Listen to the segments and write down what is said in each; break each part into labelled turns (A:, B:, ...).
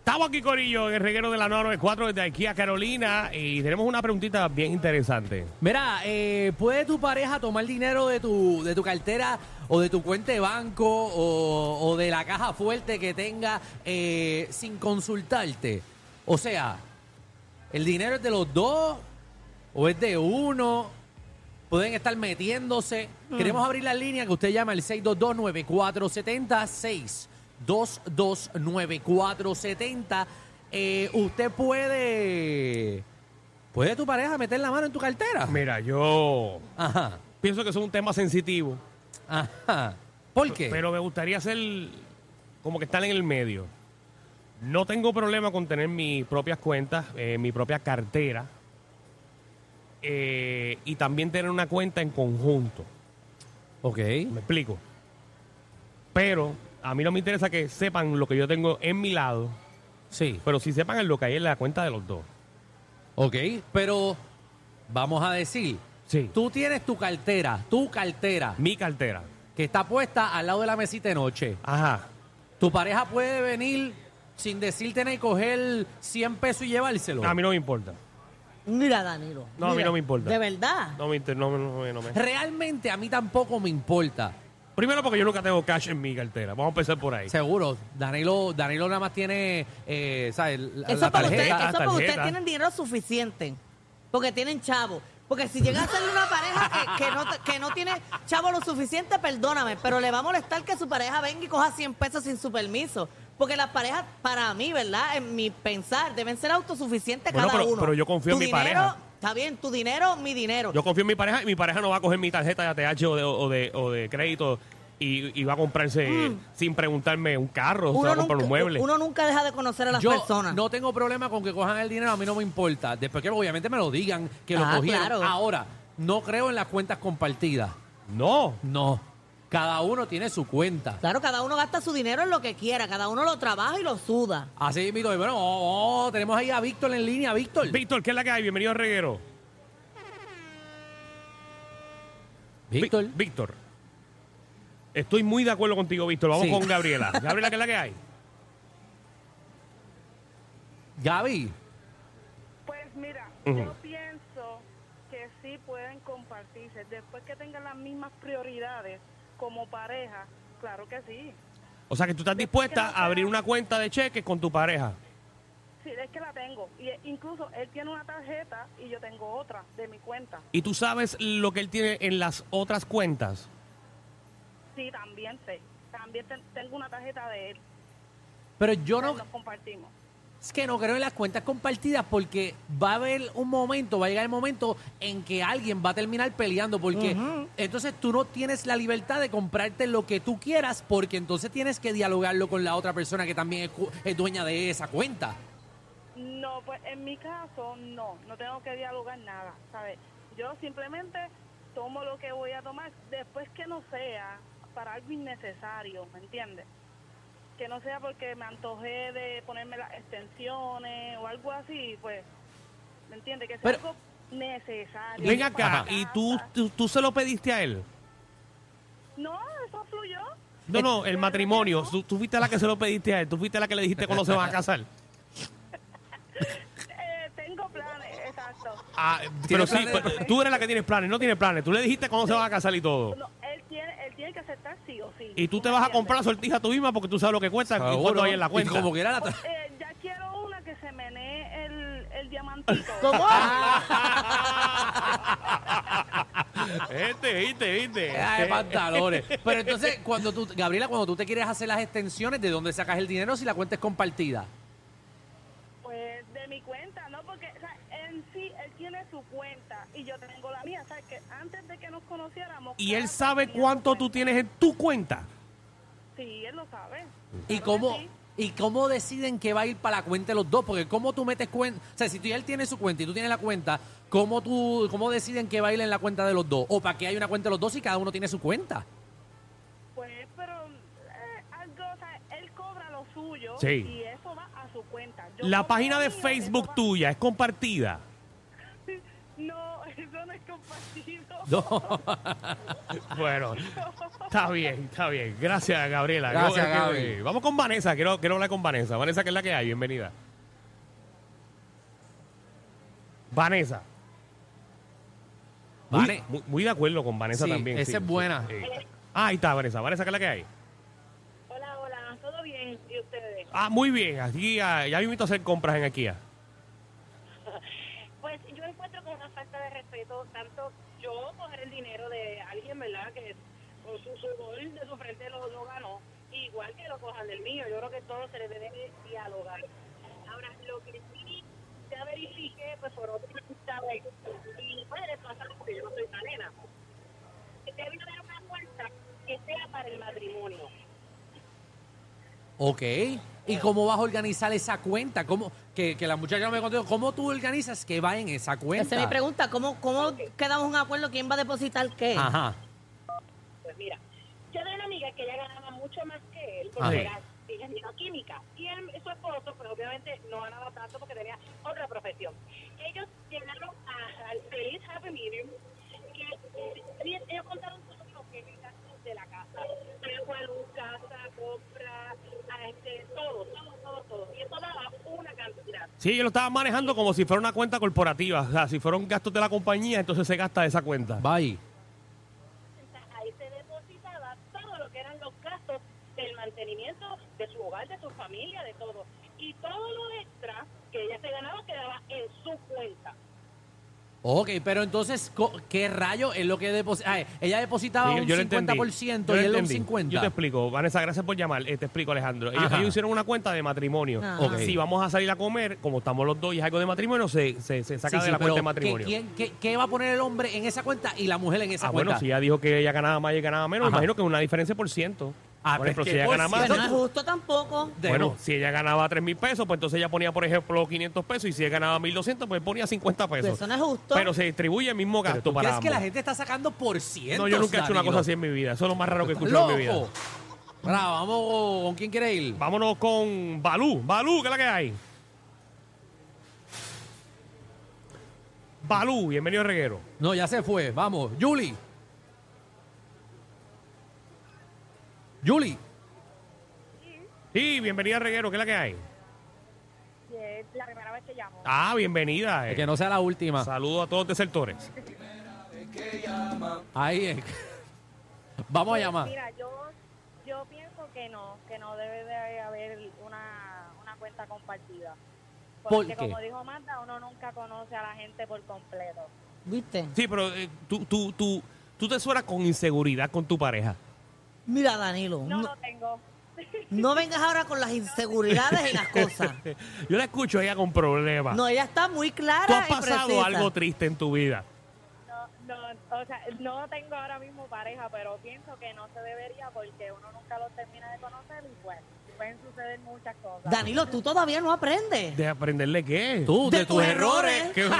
A: Estamos aquí, Corillo, en el reguero de la 994 desde aquí a Carolina y tenemos una preguntita bien interesante.
B: Mira, eh, ¿puede tu pareja tomar dinero de tu, de tu cartera o de tu cuenta de banco o, o de la caja fuerte que tenga eh, sin consultarte? O sea, ¿el dinero es de los dos o es de uno? Pueden estar metiéndose. Queremos abrir la línea que usted llama el 622-9470. 622-9470. Eh, usted puede... ¿Puede tu pareja meter la mano en tu cartera?
A: Mira, yo
B: Ajá,
A: pienso que es un tema sensitivo,
B: ajá. ¿Por qué?
A: pero me gustaría ser como que estar en el medio. No tengo problema con tener mis propias cuentas, eh, mi propia cartera eh, y también tener una cuenta en conjunto.
B: ok.
A: Me explico. Pero a mí no me interesa que sepan lo que yo tengo en mi lado,
B: Sí.
A: pero sí sepan lo que hay en la cuenta de los dos.
B: Ok, pero vamos a decir,
A: Sí.
B: tú tienes tu cartera, tu cartera,
A: Mi cartera.
B: que está puesta al lado de la mesita de noche.
A: Ajá.
B: Tu pareja puede venir sin decirte nada y coger 100 pesos y llevárselo.
A: A mí no me importa.
C: Mira, Danilo.
A: No, a mí
C: mira,
A: no me importa.
C: ¿De verdad?
A: No me inter- no, no, no, no me-
B: Realmente a mí tampoco me importa.
A: Primero porque yo nunca tengo cash en mi cartera. Vamos a empezar por ahí.
B: Seguro, Danilo, Danilo nada más tiene, eh, ¿sabes? La,
C: Eso
B: la
C: es para ustedes,
A: las
B: tarjeta.
C: eso es para ustedes
A: tarjetas.
C: tienen dinero suficiente. Porque tienen chavo. Porque si llega a ser una pareja que, que no, que no tiene chavo lo suficiente, perdóname, pero le va a molestar que su pareja venga y coja 100 pesos sin su permiso. Porque las parejas, para mí, ¿verdad? En mi pensar, deben ser autosuficientes
A: Bueno,
C: cada
A: pero-
C: uno.
A: pero yo confío en
C: Tu
A: mi
C: dinero,
A: pareja.
C: Está bien, tu dinero, mi dinero.
A: Yo confío en mi pareja y mi pareja no va a coger mi tarjeta de ATH o de, o de, o de crédito y, y va a comprarse sin preguntarme un carro, o se va a comprar un mueble.
C: Mm. uno nunca deja de conocer a las
B: Yo
C: personas.
B: no tengo problema con que cojan el dinero, a mí no me importa. Después que obviamente me lo digan, que
C: Ah,
B: lo cogieron.
C: claro.
B: Ahora, no creo en las cuentas compartidas.
A: No.
B: No. Cada uno tiene su cuenta.
C: Claro, cada uno gasta su dinero en lo que quiera, cada uno lo trabaja y lo suda.
B: Así mismo, y bueno, oh, oh, tenemos ahí a Víctor en línea, Víctor.
A: Víctor, ¿qué es la que hay? Bienvenido a Reguero. Vi-
B: Víctor.
A: Víctor. Estoy muy de acuerdo contigo, Víctor. Vamos
B: Sí.
A: con Gabriela. Gabriela, ¿qué es la que hay?
B: Gaby.
D: Pues mira, yo pienso que sí pueden compartirse. Después que tengan las mismas prioridades como pareja, claro que sí.
A: O sea, que tú estás dispuesta a abrir una cuenta de cheques con tu pareja.
D: Sí, es que la tengo. Y eh, incluso él tiene una tarjeta y yo tengo otra de mi cuenta.
A: Y tú sabes lo que él tiene en las otras cuentas.
D: Sí, también sé. También ten- tengo una tarjeta de él. Pues
B: Pero yo no,
D: Nos compartimos.
B: es que no creo en las cuentas compartidas porque va a haber un momento, va a llegar el momento en que alguien va a terminar peleando porque entonces tú no tienes la libertad de comprarte lo que tú quieras porque entonces tienes que dialogarlo con la otra persona que también es, cu- es dueña de esa cuenta.
D: No, pues en mi caso, no. No tengo que dialogar nada, ¿sabes? Yo simplemente tomo lo que voy a tomar después que no sea para algo innecesario, ¿me entiendes? Que no sea porque me antojé de ponerme las extensiones o algo así, pues, ¿me entiendes? Que sea
B: Pero-
D: algo necesario.
A: Ven acá,
D: para
A: ¿y
D: casa.
A: tú, tú, tú se lo pediste a él?
D: No, eso fluyó.
A: No, no, el matrimonio. Tú, tú fuiste la que se lo pediste a él. Tú fuiste la que le dijiste cuando se van a casar.
D: Eh, tengo planes, exacto.
A: Ah, pero sí,
B: planes?
A: pero tú eres la que tienes planes, no tienes planes. Tú le dijiste cuando se van a casar y todo.
D: No, él tiene, él tiene que aceptar sí o sí.
A: Y tú
D: ¿me
A: te vas a
D: entiendes?
A: comprar la sortija tú misma porque tú sabes lo que cuesta y
B: Seguro.
A: cuánto hay Ah, en la
B: Y
A: cuenta.
B: como que era la
D: Pues,
B: tra-
D: eh, ya quiero una que se menee el, el diamantito.
C: ¿Cómo?
A: Este, viste, viste. Eh,
B: Era de pantalones. Pero entonces, cuando tú, Gabriela, cuando tú te quieres hacer las extensiones, ¿de dónde sacas el dinero si la cuenta es compartida?
D: Pues de mi cuenta, ¿no? Porque o sea, en sí, él tiene su cuenta y yo tengo la mía. O sea, que antes de que nos conociéramos...
A: Y él
D: cada
A: sabe
D: tenía su
A: cuánto tú
D: cuenta.
A: tienes en tu cuenta.
D: Sí, él lo sabe.
B: ¿Y
D: Claro que
B: cómo,
D: sí.
B: ¿Y cómo deciden que va a ir para la cuenta de los dos? Porque cómo tú metes cuenta, o sea, si tú, él tiene su cuenta y tú tienes la cuenta, ¿cómo, tú, ¿cómo deciden que va a ir en la cuenta de los dos? ¿O para qué hay una cuenta de los dos si cada uno tiene su cuenta?
D: Pues, pero eh, algo, o sea, él cobra lo suyo
A: Sí.
D: y eso va a su cuenta. Yo
A: La
D: cobro
A: página
D: lo
A: de
D: mío, eso
A: Facebook
D: va-
A: tuya es compartida.
D: No, eso no es compartido.
B: No.
A: Bueno, Está bien, está bien. Gracias, Gabriela.
B: Gracias,
A: Qué bueno que-
B: Gaby.
A: Vamos con Vanessa. Quiero, quiero hablar con Vanessa. Vanessa, que es la que hay. Bienvenida. Vanessa. Muy-
B: Vane-
A: Muy, muy de acuerdo con Vanessa
B: Sí,
A: también.
B: esa es buena.
A: sí. Ah, ahí está, Vanessa. Vanessa, ¿qué es la que hay?
D: Hola, hola, ¿todo bien? ¿Y ustedes?
A: Ah, muy bien. Aquí ah, ya invito a hacer compras en aquí.
D: Pues yo encuentro que es una falta de respeto, tanto yo coger el dinero de alguien, ¿verdad? Que con su sudor de su frente lo, lo ganó, igual que lo cojan del mío. Yo creo que todo se debe de dialogar. Ahora, lo que sí ya verifique, pues por otro lado, y puede pasar porque yo no soy nena, que debe haber una puerta que sea para el matrimonio.
B: Ok. ¿Y cómo vas a organizar esa cuenta? ¿Cómo, que, que la muchacha no me contó, ¿cómo tú organizas que va en esa cuenta?
C: Esa es mi pregunta. ¿Cómo, cómo quedamos en acuerdo? ¿Quién va a depositar qué?
B: Ajá.
D: Pues mira, yo tenía una amiga que ella ganaba mucho más que él
B: Ajá.
D: porque era ingeniero química. Y él, su esposo, pues obviamente no ganaba tanto porque tenía otra profesión. Ellos llegaron a- al feliz happy medium que eh, ellos, ellos contaron todo lo que es el gasto de la casa. Agua, luz, casa, compra, ah, este, todo, todo, todo, todo. Y eso daba una cantidad.
A: Sí, ellos lo estaban manejando como si fuera una cuenta corporativa. O sea, si fueron gastos de la compañía, entonces se gasta de esa cuenta.
B: Bye.
D: ahí se depositaba todo lo que eran los gastos del mantenimiento de su hogar, de su familia, de todo. Y todo lo extra que ella se ganaba quedaba en su cuenta.
B: Ok, pero entonces, co- ¿qué rayo es lo que deposita? ella depositaba
A: Sí,
B: un
A: lo entendí.
B: 50%
A: Yo
B: y
A: lo
B: él un
A: entendí.
B: 50%.
A: Yo te explico, Vanessa, gracias por llamar. Eh, te explico, Alejandro. Ellos,
B: Ajá.
A: ellos hicieron una cuenta de matrimonio.
C: Ajá.
B: Ok.
A: Si vamos a salir a comer, como estamos los dos y es algo de matrimonio, se, se, se saca
B: Sí,
A: de
B: sí,
A: la
B: pero
A: cuenta de
B: ¿qué,
A: matrimonio.
B: quién- qué- qué va a poner el hombre en esa cuenta y la mujer en esa
A: ah,
B: cuenta?
A: bueno, si ella dijo que ella ganaba más y él ganaba menos, me
B: Ajá.
A: imagino que es una diferencia por ciento.
B: Ah,
A: por ejemplo,
B: pero es
A: si
B: que
A: ella
B: por
A: gana más,
C: Eso no es
B: ciento-
C: justo tampoco.
B: De-
A: bueno,
B: no.
A: si ella ganaba tres mil pesos, pues entonces ella ponía, por ejemplo, 500 pesos y si ella ganaba 1200, pues ponía 50 pesos.
C: Pues eso no es justo.
A: Pero se distribuye el mismo gasto
B: ¿Tú
A: para
B: crees que la
A: ambos.
B: gente está sacando por ciento?
A: No, yo nunca he hecho una cosa así en mi vida. Eso es lo más raro que he escuchado
B: ¡Loco!
A: en mi vida.
B: Bravo, vamos, ¿con quién quiere ir?
A: Vámonos con Balú. Balú, ¿qué es la que hay? Balú, bienvenido al reguero.
B: No, ya se fue, vamos. Julie. Julie.
A: Sí, bienvenida al reguero, ¿qué es la que hay?
D: es la primera vez que llamo.
A: Ah, bienvenida. eh.
B: Que no sea la última.
A: Saludos a todos los desertores.
B: Ahí es. Vamos a llamar.
D: Pues, Mira, yo, yo pienso que no, que no debe de haber una, una cuenta compartida.
B: ¿Por
D: Porque
B: qué?
D: como dijo Marta, uno nunca conoce a la gente por completo.
C: ¿Viste?
A: Sí, pero eh, tú, tú, tú, tú te suenas con inseguridad con tu pareja.
C: Mira, Danilo,
D: No,
C: no,
D: lo tengo.
C: no vengas ahora con las inseguridades y las cosas.
A: Yo la escucho a ella con problemas.
C: No, ella está muy clara.
A: ¿Tú has
C: y
A: pasado
C: precisa.
A: algo triste en tu vida?
D: No, no, o sea, no tengo ahora mismo pareja, pero pienso que no se debería porque uno nunca lo termina de conocer y pues pueden suceder muchas cosas.
C: Danilo, tú todavía no aprendes.
A: ¿De aprenderle qué?
B: Tú, de, tus errores.
A: ¿Qué-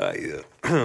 E: Ay, Dios.